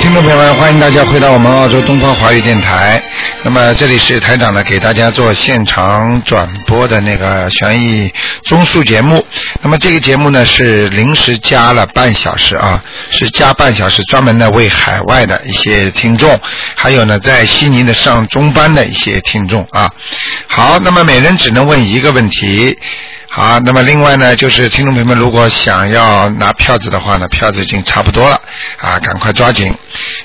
听众朋友们，欢迎大家回到我们澳洲东方华语电台。那么这里是台长呢，给大家做现场转播的那个悬疑综述节目。那么这个节目呢是临时加了半小时啊，是加半小时，专门呢为海外的一些听众，还有呢在悉尼的上中班的一些听众啊。好，那么每人只能问一个问题。好，那么另外呢，就是听众朋友们如果想要拿票子的话呢，票子已经差不多了啊，赶快抓紧。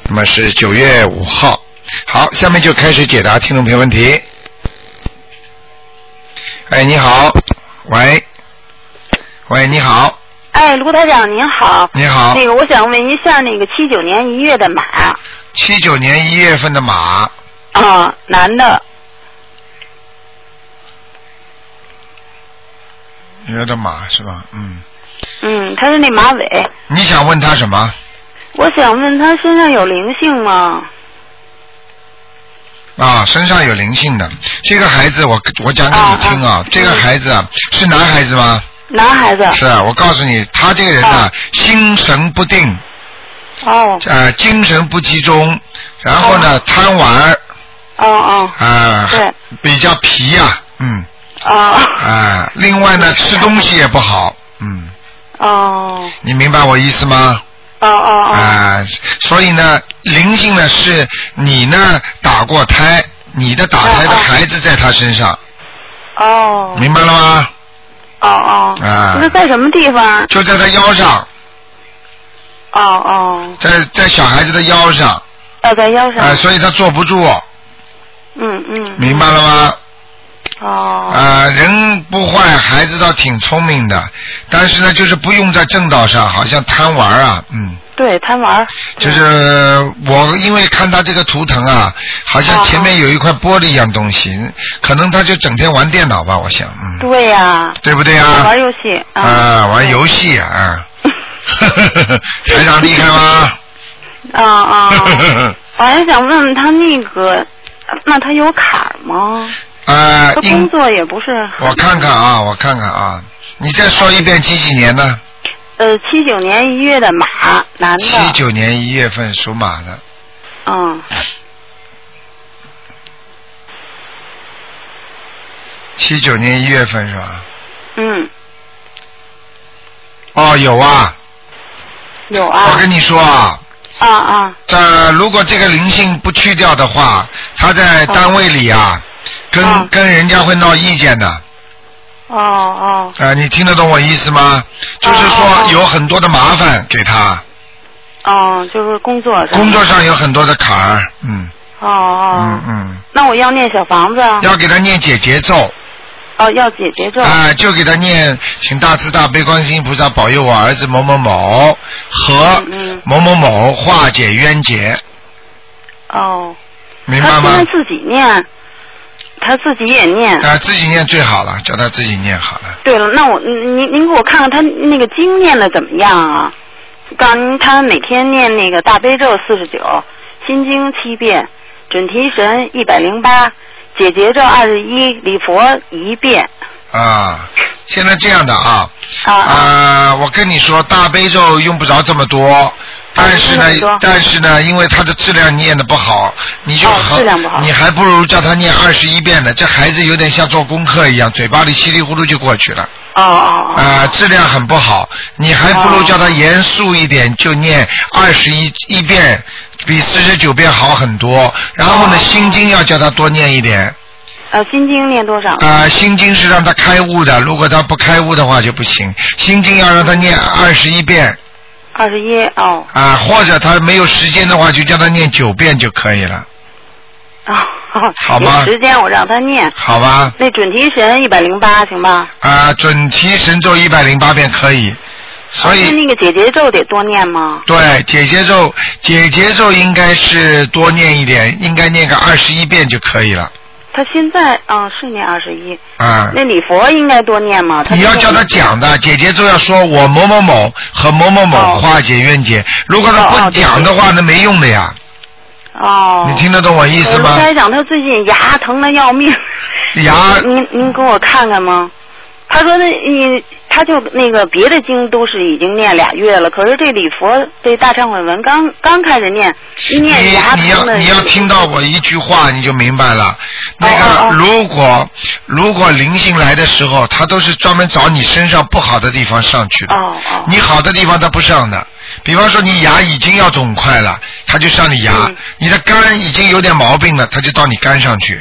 那么是九月五号。好，下面就开始解答听众朋友问题。哎，你好，喂，喂，你好，哎，卢台长您好。你好那个，我想问一下，那个七九年一月的马啊、七九年一月份的马，男的，一月的马是吧？嗯，嗯，他是那马尾。你想问他什么？我想问他身上有灵性吗？啊，身上有灵性的这个孩子我，我讲给你听啊，这个孩子啊是男孩子吗？男孩子。是啊我告诉你，他这个人啊，心神不定，哦呃，精神不集中，然后呢，贪玩儿哦哦啊、对比较皮呀、嗯，哦啊、另外嗯呢，吃东西也不好，嗯，哦你明白我意思吗？哦哦啊、哦所以呢，灵性呢是你呢打过胎，你的打胎的哦哦孩子在他身上，哦明白了吗？哦哦。啊那在什么地方？啊就在他腰上，哦哦，在在小孩子的腰上，啊、要在腰上。所以他坐不住，嗯嗯。明白了吗？哦啊、人不坏，孩子倒挺聪明的，但是呢，就是不用在正道上，好像贪玩啊，嗯，对，贪玩儿。就是我因为看他这个图腾啊，好像哦前面有一块玻璃一样东西，可能他就整天玩电脑吧，我想，嗯，对呀。对不对啊玩？游戏嗯啊、玩游戏 啊， 非常厉害吗？啊啊！我还想问问他那个，那他有坎儿吗？ 啊、他工应作也不是，我看看啊，我看看啊，你再说一遍几几年呢？呃，七九年一月的马，男的，七九年一月份属马的，嗯，七九年一月份是吧？嗯，哦，有啊，有我啊，跟你说啊，啊啊，这如果这个灵性不去掉的话，他在单位里啊，跟、嗯跟人家会闹意见的。啊、哦哦，你听得懂我意思吗？就是哦说哦有很多的麻烦给他，哦，就是工作是吧，工作上有很多的坎儿，嗯哦哦，嗯嗯，那我要念小房子啊，要给他念解节奏，哦，要解结咒，啊、就给他念，请大慈大悲观世音菩萨保佑我儿子某某某和嗯嗯某某某化解冤结，哦，明他白现吗在？自己念，他自己也念。啊、自己念最好了，叫他自己念好了。对了，那我您您您给我看看他那个经念的怎么样啊？告诉您，他每天念那个大悲咒四十九，心经七遍，准提神一百零八，解结咒二十一，礼佛一遍。啊，现在这样的啊，啊啊啊，我跟你说，大悲咒用不着这么多，但是呢哦用不着，但是呢，因为它的质量念的不好，你就哦和质量不好你还不如叫他念二十一遍呢。这孩子有点像做功课一样，嘴巴里稀里糊涂就过去了，哦哦啊、哦质量很不好。你还不如叫他严肃一点，就念二十一一遍，比四十九遍好很多。然后呢，哦心经要叫他多念一点，呃，心经念多少？啊、心经是让他开悟的，如果他不开悟的话就不行。心经要让他念二十一遍二十一哦啊、或者他没有时间的话，就叫他念九遍就可以了，哦，好吧有时间我让他念好吧？那准提神一百零八，行吧？啊、准提神咒一百零八遍可以，所那以那个解结咒得多念吗？对解结咒，解结咒应该是多念一点，应该念个二十一遍就可以了他现在啊、是念二十一。啊。那礼佛应该多念吗？你要叫他讲的，姐姐就要说我某某某和某某某哦化解冤结。如果他哦不哦对讲的对话，那没用的呀。哦，你听得懂我意思我吗？台长他最近牙疼的要命，牙您您给我看看吗？他说那你他就那个别的经都是已经念俩月了，可是这礼佛这大忏悔文刚刚开始念，一你念牙你要疼的。你要听到我一句话你就明白了。那哦哦个哦如果如果灵性来的时候，他都是专门找你身上不好的地方上去的。哦哦你好的地方它不上的，比方说你牙已经要肿块了，它就上你牙；嗯你的肝已经有点毛病了，它就到你肝上去。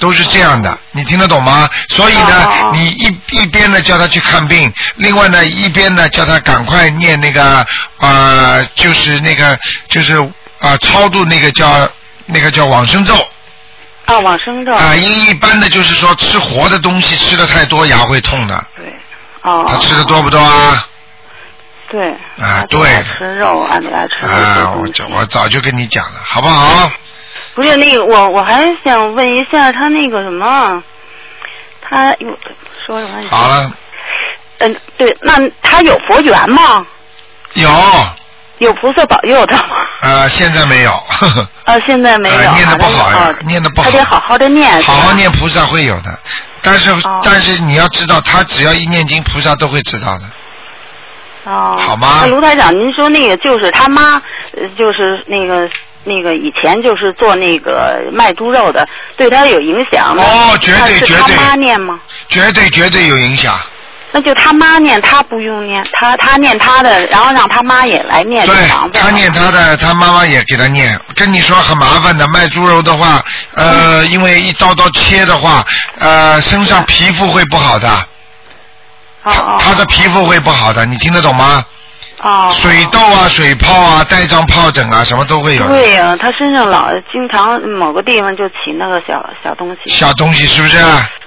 都是这样的，你听得懂吗？所以呢，哦哦哦你一一边呢叫他去看病，另外呢一边呢叫他赶快念那个呃，就是那个就是呃超度那个叫那个叫往生咒啊，往生咒。啊、因为一般的就是说吃活的东西吃的太多牙会痛的，对。哦。他吃的多不多啊？对。啊他就爱对吃肉，俺就爱吃这些啊，东我西这我早就跟你讲了，好不 好？不是那个，我我还想问一下他那个什么，他有说什么？你说好。了，嗯，对，那他有佛缘吗？有啊、有菩萨保佑他 吗？呃现在没有， 呵呵啊，现在没有。呃念得不好呀啊念得不好他得好好的念。好好是吧。念菩萨会有的，但是、哦但是你要知道，他只要一念经，菩萨都会知道的。哦。好吗那卢台长，您说那个就是他妈，呃就是那个那个以前就是做那个卖猪肉的，对他有影响吗？哦绝对他是绝对他妈念吗？绝对绝对有影响，那就他妈念，他不用念，他他念他的，然后让他妈也来念这房对子。他念他的，他妈妈也给他念。跟你说很麻烦的，卖猪肉的话，嗯呃，因为一刀刀切的话，呃，身上皮肤会不好的，哦哦，他的皮肤会不好的，你听得懂吗？哦，水痘啊、水泡啊、带状疱疹啊，什么都会有的。对呀、他身上老经常某个地方就起那个小小东西，小东西是不是？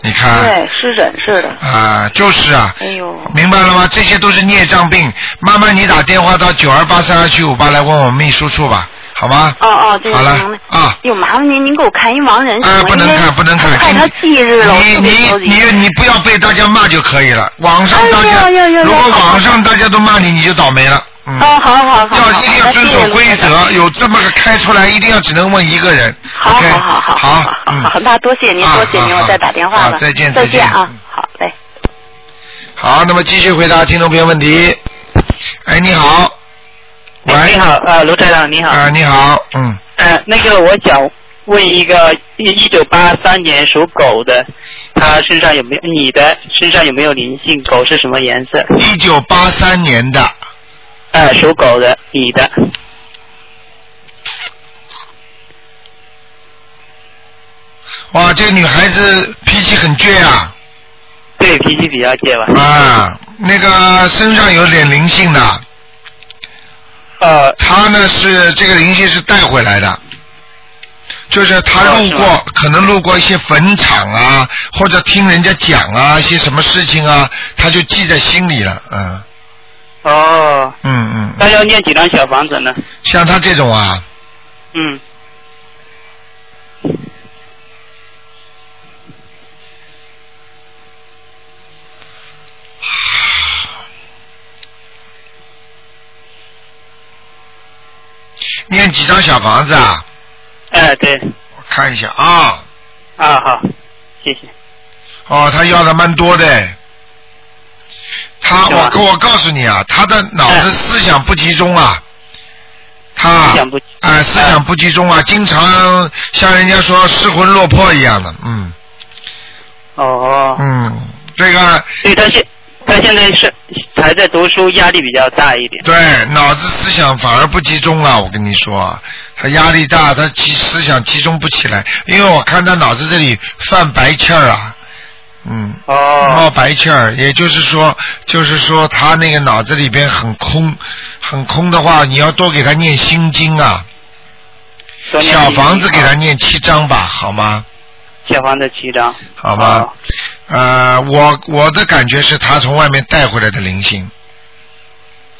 你看，啊、嗯对，湿疹似的。就是啊，哎呦，明白了吗？这些都是孽障病。慢慢你打电话到九二八三二七五八来问我秘书处吧，好吗？哦哦，这个好了能耐啊哟，麻烦您，您给我看一亡人行吗？啊，不能因为看，不能看。快他忌日了，我你特别着你急。你你不要被大家骂就可以了。网上大家哎呀呀呀呀如果网上大家都骂你，你就倒霉了。嗯哦，，好好好好，要一定要好遵守规。那谢谢卢台则，有这么个开出来，一定要只能问一个人。长好 OK，好好好好，嗯好，好，那多谢您，啊多谢您，好我再打电话好吧。再见再再见见啊嗯，好嘞。好，那么继续回答听众朋友问题。哎，你好，哎，你喂，好，呃，卢台长，你好。啊，你好，嗯，呃，那个我想问一个一九八三年属狗的，他身上有没有你的身上有没有灵性？狗是什么颜色？一九八三年的，呃，属狗的，你的。哇，这个女孩子脾气很倔啊，对，脾气比较倔吧。啊，那个身上有点灵性的，啊呃，她呢是这个灵性是带回来的，就是她哦路是过吗，可能路过一些坟场啊，或者听人家讲啊一些什么事情啊，她就记在心里了，嗯哦，嗯嗯那嗯，要念几张小房子呢？像她这种啊，嗯，念几张小房子啊？哎、对，我看一下啊，啊好，谢谢。哦，他要的蛮多的。他，是吧我跟我告诉你啊，他的脑子哎思想不集中啊，他啊思想不集，中哎思想不集中啊，经常像人家说失魂落魄一样的，嗯哦，嗯，这个所以他现他现在是还在读书，压力比较大一点。对脑子思想反而不集中了，我跟你说啊，他压力大，他集思想集中不起来，因为我看他脑子这里泛白气儿啊，嗯，冒哦，白气儿，也就是说，就是说他那个脑子里边很空，很空的话，你要多给他念心经啊，多念小几房子给他啊念七章吧，好吗？小房子七张。好吗哦呃，我我的感觉是他从外面带回来的灵性，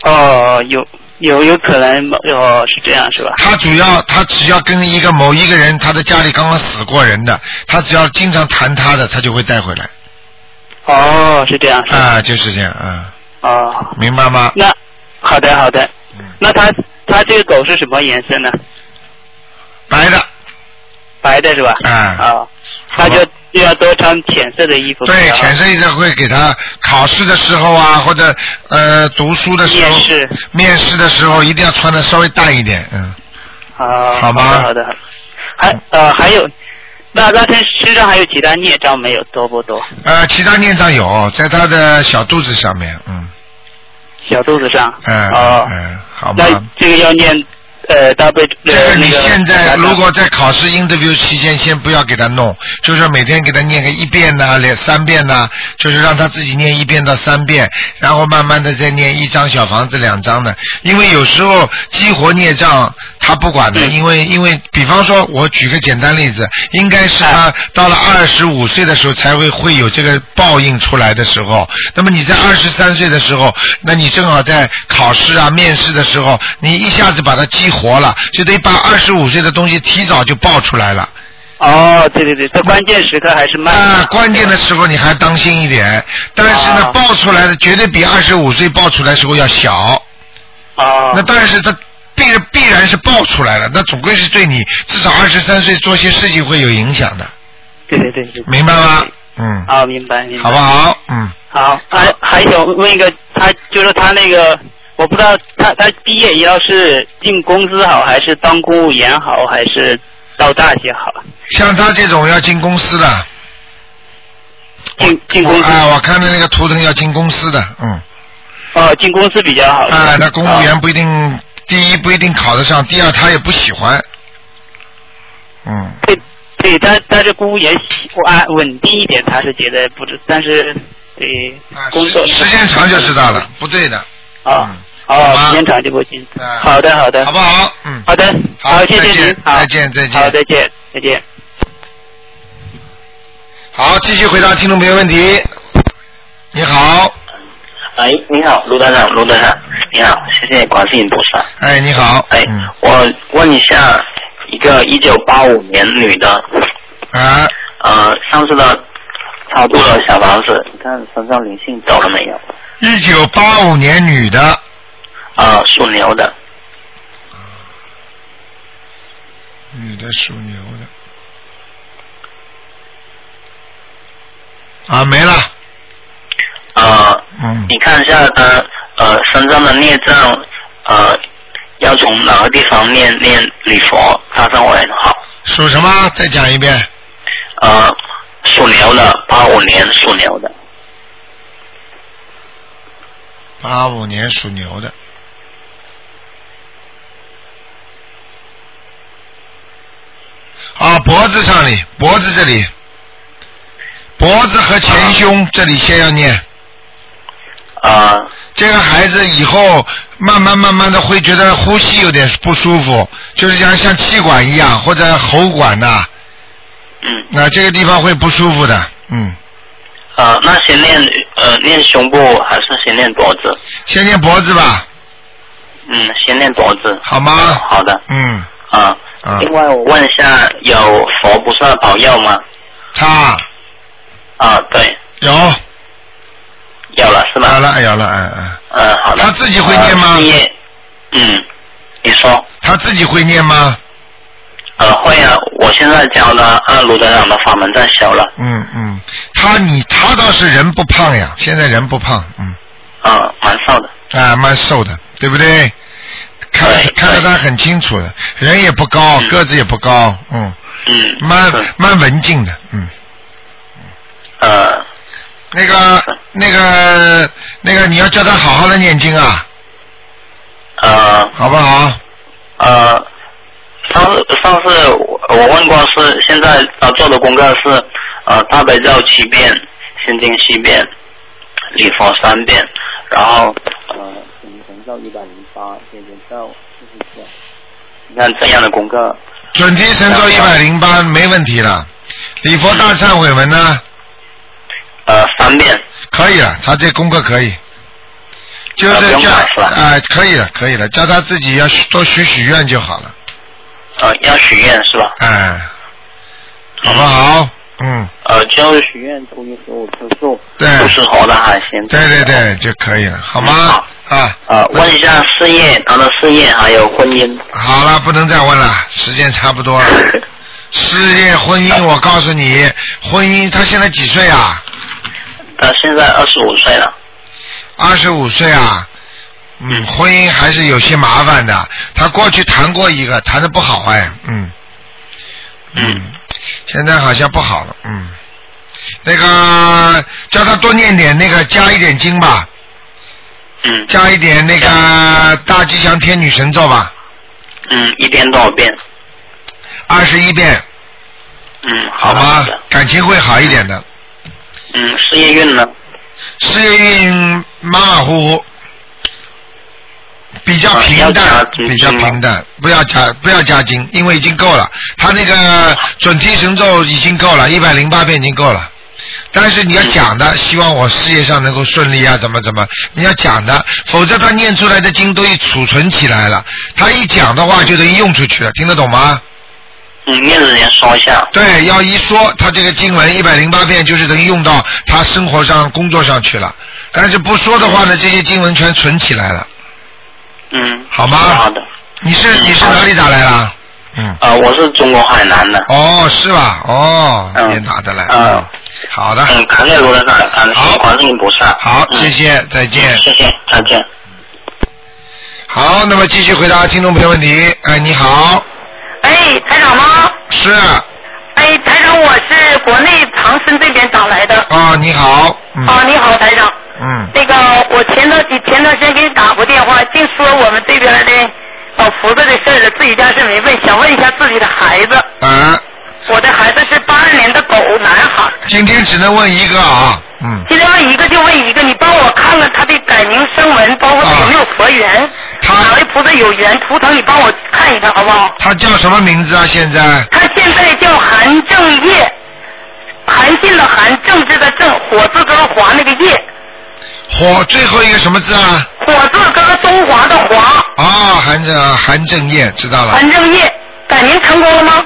哦，有有有可能哦，是这样是吧？他主要他只要跟一个某一个人，他的家里刚刚死过人的，他只要经常谈他的，他就会带回来哦，是这样是吧？啊、就是这样啊、哦，明白吗？那好的好的嗯，那它它这个狗是什么颜色呢？白的，白的是吧？哎哦，好它吧就需要多穿浅色的衣服。对，是吧浅色一色会给他考试的时候啊，或者呃读书的时候，嗯面试面试的时候一定要穿的稍微淡一点，嗯，啊，好吧好的，好的。还呃还有，那那他身上还有其他孽障没有？多不多？呃，其他念障有，在他的小肚子上面，嗯，小肚子上。嗯、哦。嗯，好吗？那这个要念呃大悲这呃个那你个。现在大悲如果在考试 interview 期间，先不要给他弄，就是每天给他念个一遍呐、两三遍呐、就是让他自己念一遍到三遍，然后慢慢的再念一张小房子两张的，因为有时候激活孽障他不管的，嗯因为因为比方说，我举个简单例子，应该是他到了二十五岁的时候才会会有这个报应出来的时候，那么你在二十三岁的时候，那你正好在考试啊、面试的时候，你一下子把它激活了，就得把二十五岁的东西提早就爆出来了。哦，对对对，在关键时刻还是慢的。啊，关键的时候你还当心一点，但是呢啊，爆出来的绝对比二十五岁爆出来时候要小。哦。那但是它必然必然是爆出来了，那总归是对你至少二十三岁做些事情会有影响的，对对对对。明白吗？嗯，啊，明白明白。好不好？嗯，好，还还有问一个，他就是他那个，我不知道他他毕业以后是进公司好，还是当公务员好，还是到大学好？像他这种要进公司的，进进我公司啊，我看到那个图腾要进公司的，嗯，哦，进公司比较好。啊，那公务员哦不一定，第一不一定考得上，第二他也不喜欢，嗯，对对，但但是公务员喜啊稳定一点，他是觉得不知，但是对啊，工作时时间长就知道了，不对的，哦嗯好哦，吧时间长就不行。啊好的好的好不好？嗯，好的好好，谢再谢见您，好再见再见好再见再见。好，继续回答听众朋友问题。你好，哎，你好，卢台长，卢台长，你好，谢谢观世音菩萨。哎，你好，哎嗯，我问一下，一个一九八五年女的，啊，呃，上次的超度了小房子，你看身上灵性走了没有？一九八五年女的，呃，属牛的，女的属牛的，啊，没了，呃，嗯，你看一下她呃身上的孽障，呃，要从哪个地方念念礼佛，她生活很好。属什么？再讲一遍。呃，属牛的，八五年属牛的，八五年属牛的。啊，脖子上里，脖子这里，脖子和前胸这里先要念。呃，这个孩子以后慢慢慢慢的会觉得呼吸有点不舒服，就是像像气管一样或者喉管呐、嗯。那这个地方会不舒服的。嗯，呃，那先练呃练胸部还是先练脖子？先念脖子吧，嗯，先练脖子。好吗？好的嗯，啊。啊，另外我问一下，有佛菩萨保佑吗？他啊，对，有有了是有吧？了有了，嗯嗯。嗯、好的。他自己会念吗呃事业嗯，你说。他自己会念吗？呃，会啊，我现在教的按卢德长的法门在修了。嗯嗯，他你他倒是人不胖呀，现在人不胖，嗯，嗯、蛮瘦的。啊，蛮瘦的，对不对？看对看得对他很清楚的，人也不高，嗯个子也不高，嗯，嗯。蛮是蛮文静的，嗯。呃，那个是那个那个，你要叫他好好的念经啊，呃，好不好？呃，上次上次我我问过是现在呃做的功课是呃大悲咒七遍，心经七遍，礼佛三遍，然后呃准提咒一百零八，解结咒四十九。你看这样的功课，准提神咒一百零八没问题了，礼佛大忏悔文呢呃三遍，可以了，他这功课可以，就是啊不用叫啊买、是吧可以了，可以了，叫他自己要许多许许愿就好了，呃要许愿是吧？哎、好不好？嗯，呃就是许愿初一十五吃素，对不吃活的海鲜。对对。对，就可以了，好吗？啊，呃，问一下事业，他的事业还有婚姻。好了，不能再问了，时间差不多了，事业、婚姻，我告诉你，婚姻他现在几岁啊？ 他现在二十五岁了，二十五岁啊。嗯，婚姻还是有些麻烦的。他过去谈过一个，谈的不好哎，嗯，嗯，现在好像不好了，嗯。那个叫他多念点那个加一点经吧，嗯加一点那个大吉祥天女神咒吧，嗯，一天多少遍？二十一遍，嗯，好的吗的？感情会好一点的。嗯，事业运呢？事业运马马虎虎，比较平啊要淡，加金比较平淡，不要加不要加金，因为已经够了。他那个准提神咒已经够了，一百零八遍已经够了。但是你要讲的，希望我事业上能够顺利啊，怎么怎么，你要讲的，否则他念出来的经都已储存起来了，他一讲的话就等于用出去了，听得懂吗？嗯，念之前说一下。对，要一说他这个经文一百零八遍，就是等于用到他生活上、工作上去了。但是不说的话呢，这些经文全存起来了。嗯，好吗好的，你是嗯你是好的哪里打来的？嗯，呃，我是中国海南的。哦，是吧？哦，嗯也打得来。嗯，好的，嗯，感谢罗台长，感好谢观世音菩萨。好，嗯谢谢，再见。谢谢，再见。好，那么继续回答听众朋友问题。哎，你好，哎，台长吗？是啊哎，台长，我是国内长春这边打来的。哦，你好，啊，嗯哦你好，台长。嗯，那个，我前段前段时间给你打过电话，净说我们这边的老菩萨的事儿了，自己家事没问，想问一下自己的孩子。啊，我的孩子是八二年的狗男孩，今天只能问一个啊，嗯。今天问一个就问一个，你帮我看看他的改名声纹，包括他有没有佛缘，啊他哪位菩萨有缘图腾，你帮我看一看好不好？他叫什么名字啊？现在？他现在叫韩正业，韩信的韩，政治的政，火字根华那个业，火最后一个什么字啊？火字根中华的华，啊、韩正韩正业知道了，韩正业改名成功了吗？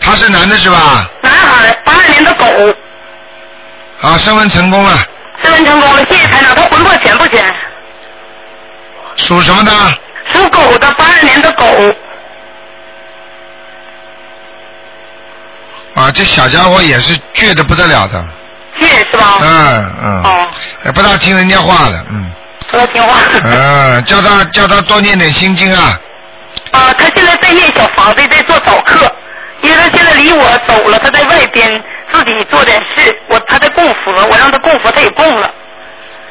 他是男的是吧？男孩，八二年的狗，啊，升温成功了，身份成功了，谢谢台长。他魂魄全不全？属什么的？属狗的，八二年的狗，啊，这小家伙也是倔的不得了的，谢是吧？嗯嗯，哦，也不大听人家话的， 嗯说的听话。嗯，叫他叫他多念点心经啊， 啊，他现在在念小房子，在做早课，因为他现在离我走了，他在外边自己做点事，我他在供佛，我让他供佛，他也供了。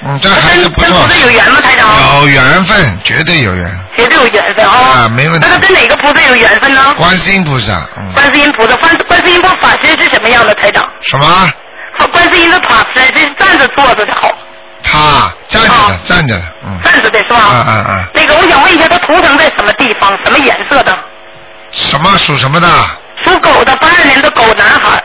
嗯，这他孩子跟不跟错菩，萨有缘吗，啊台长？有缘分，绝对有缘，绝对有缘分啊啊！没问题那他跟哪个菩萨有缘分呢？观世音菩萨，嗯，观世音菩萨，观观世音菩萨法身是什么样的，台长？什么？啊观世音的法身是站着坐着的好，他站着的啊站着的，嗯，站着的是吧？啊啊啊，那个，我想问一下，他图腾在什么地方，什么颜色的？什么属什么的？属狗的，八二年的狗男孩，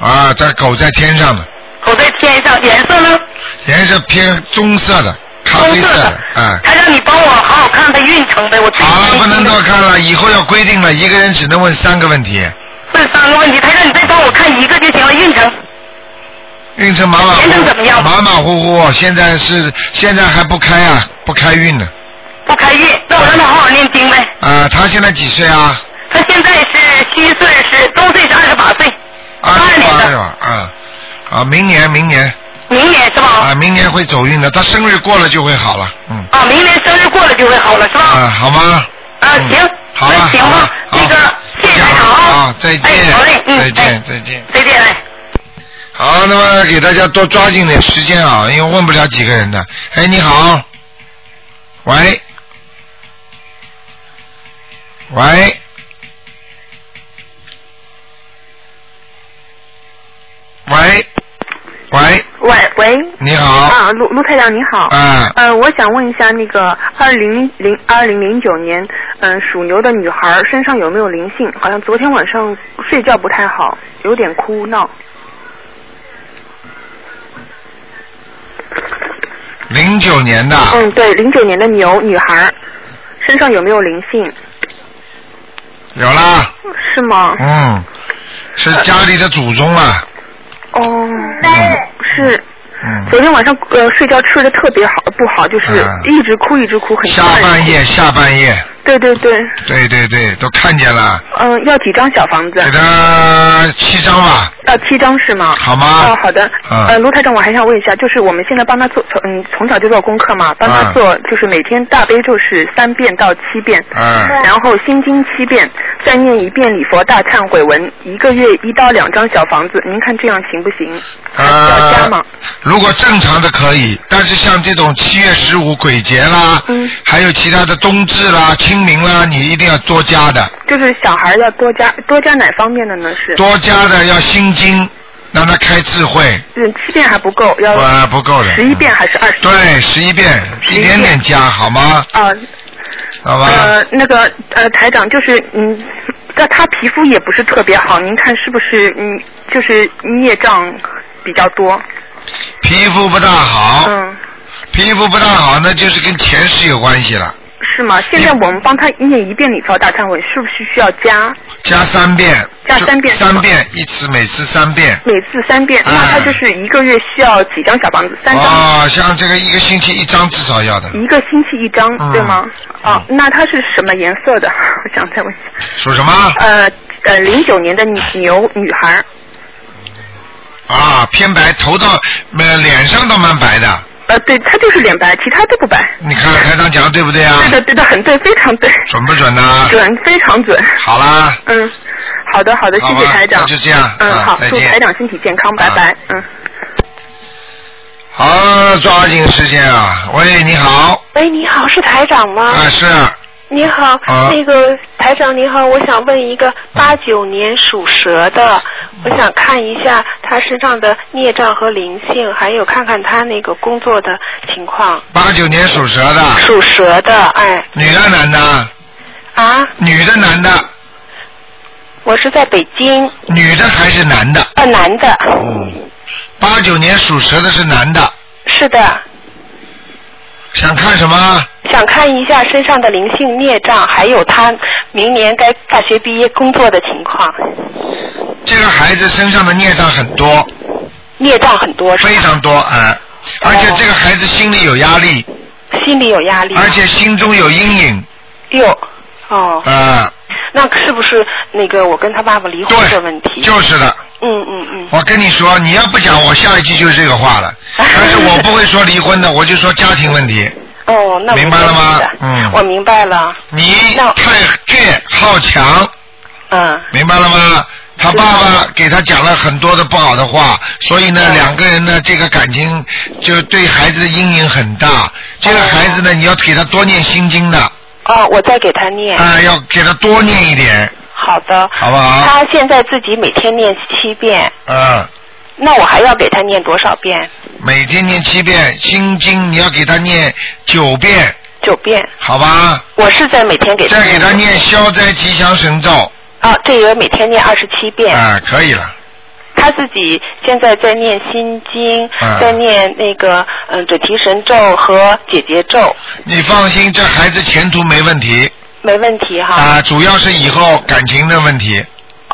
啊，这狗在天上的。狗在天上，颜色呢？颜色偏棕色的，咖棕啡色的，啊、他让你帮我好好看他运程呗，我最好啊了，不能多问看了，以后要规定了，一个人只能问三个问题。三个问题，他让你再帮我看一个就行了，运程。运程马马虎运程怎么样马马虎虎，现在是现在还不开啊，不开运呢。不开运，那我让他好好念经呗。啊、他现在几岁啊？他现在是虚岁是周岁是二十八岁，二十八八是年的，吧？啊、啊，明年明年明年是啊、吧？明年会走运的，他生日过了就会好了，嗯，啊，明年生日过了就会好了是啊、吧？好吗？啊，嗯行，好了，那行好吧了，那好个谢谢台讲长了啊啊，，再哎，见，好嘞，嗯，再见哎，再见。再见，哎。好，那么给大家多抓紧点时间啊，因为问不了几个人的。哎，你好，喂，喂，喂，喂，喂喂，你好，啊，卢卢台长你好。啊，呃，我想问一下，那个二零零二零零九年，嗯、属牛的女孩身上有没有灵性？好像昨天晚上睡觉不太好，有点哭闹。零九年的，嗯，对，零九年的牛女孩身上有没有灵性？有啦，是吗？嗯，是家里的祖宗啊，哦，嗯是。昨嗯，天晚上呃睡觉吃的特别好不好，就是嗯一直哭一直哭，很下吓人半夜，下半夜，对对对，对对对，都看见了，嗯、要几张小房子给？他七张吧，啊，七张是吗？好吗哦，好的。嗯呃，卢台长，我还想问一下，就是我们现在帮他做，从嗯，从小就做功课嘛，帮他嗯做，就是每天大悲咒是三遍到七遍，嗯，然后心经七遍，再念一遍礼佛大忏悔文，一个月一到两张小房子，您看这样行不行？还需要加吗呃？，如果正常的可以，但是像这种七月十五鬼节啦，嗯还有其他的冬至啦、清明啦，你一定要多加的，就是小孩要多加多加哪方面的呢？是，多加的要心经，让他开智慧，嗯，七遍还不够，要呃，不够的，十一遍嗯还是二十？对，十一遍， 11一点点加，好吗？啊，好吧。呃，那个呃，台长就是嗯，但他皮肤也不是特别好，您看是不是嗯，就是孽障比较多？哦皮肤不大好，嗯，皮肤不大好，那就是跟前世有关系了，是吗？现在我们帮他念一遍礼佛大忏悔，是不是需要加加三遍，加三遍就三遍，一次每次三遍。每次三遍？哎那他就是一个月需要几张小房子？三张。哦，像这个一个星期一张至少要的，一个星期一张，嗯对吗？啊，那它是什么颜色的？ 我想再问一下。属什么？呃呃，零九年的牛女孩，啊，偏白，头到呃脸上倒蛮白的，呃，对，她就是脸白，其他都不白。你看嗯台长讲的对不 对啊对？的，对的，很对，非常对，准不准呢？准，非常准。好啦，嗯，好的，好的，好谢吧谢台长。那就这样嗯，啊好再，祝见台长身体健康，拜啊拜。嗯。好，抓紧时间啊！喂，你好，喂，你好，是台长吗？啊是，你好，啊那个台长你好，我想问一个八九年属蛇的，我想看一下他身上的孽障和灵性，还有看看他那个工作的情况。八九年属蛇的，属蛇的，哎女的男的？啊，女的男的？我是在北京，女的还是男的？呃，男的，嗯，八九年属蛇的是男的，是的，想看什么？想看一下身上的灵性孽障，还有他明年该大学毕业工作的情况。这个孩子身上的孽障很多，孽障很多，是吧非常多啊、嗯而哦且这个孩子心里有压力，心里有压力，而且心中有阴影六，哦啊、，呃那是不是那个我跟他爸爸离婚的问对，题？就是的。嗯嗯嗯，我跟你说，你要不讲，我下一句就是这个话 了。但是我不会说离婚的，我就说家庭问题。哦，那我明白了吗明白嗯我明白了，你那太倔好强，嗯明白了吗？他爸爸给他讲了很多的不好的话，所以呢，嗯两个人呢，这个感情就对孩子的阴影很大。这个孩子呢，你要给他多念心经的，啊、哦，我再给他念，要给他多念一点，好的。啊好不好？他现在自己每天念七遍，嗯，那我还要给他念多少遍？每天念七遍心经，你要给他念九遍，九遍。好吧？我是在每天给他再给他念消灾吉祥神咒，啊、啊，这个每天念二十七遍。可以了。他自己现在在念心经，嗯在念那个嗯准提神咒和解结咒，你放心，这孩子前途没问题没问题哈。啊、主要是以后感情的问题。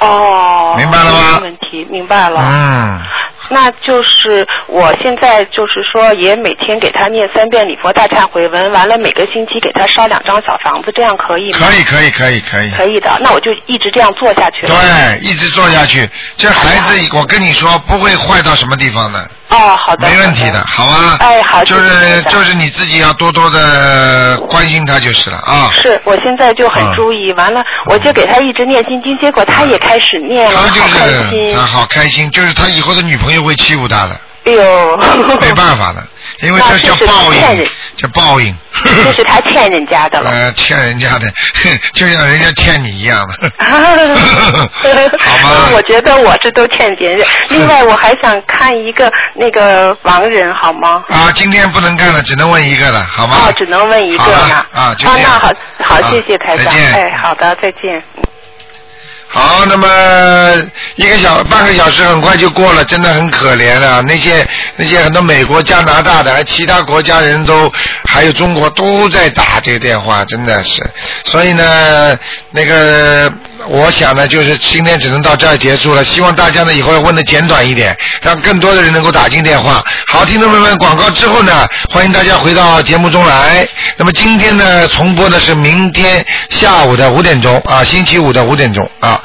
哦，明白了吗没问题，明白了。嗯，那就是我现在就是说，也每天给他念三遍礼佛大忏悔文，完了每个星期给他烧两张小房子，这样可以吗？可以，可以，可以，可以。可以的。那我就一直这样做下去了。对，啊一直做下去，这孩子，我跟你说，不会坏到什么地方的，哦，好的。没问题好的，。好吗？哎好就谢谢是台长就是你自己要多多的关心他就是了啊。是我现在就很嗯注意，完了我就给他一直念心经，结果他也开始念了，他就好开是心他。好开心，就是他以后的女朋友会欺负他的，哎呦，没办法的，因为这嗯那叫这是报骗应人，叫报应。 这是他欠人家的了。 呃，欠人家的， 就像人家欠你一样的。啊好吗嗯我觉得我这都欠别人。另外，我还想看一个那个亡人，好吗？啊，今天不能干了，只能问一个了，好吗？哦，只能问一个好呢了。啊，就这那样。好，好，啊谢谢台再长。见哎，好的，再见。好，那么一个小半个小时很快就过了，真的很可怜啊！那些那些很多美国、加拿大的，还其他国家人都，还有中国都在打这个电话，真的是。所以呢，那个我想呢，就是今天只能到这儿结束了。希望大家呢以后问的简短一点，让更多的人能够打进电话。好，听众朋友们，广告之后呢，欢迎大家回到节目中来。那么今天呢，重播的是明天下午的五点钟啊，星期五的五点钟啊。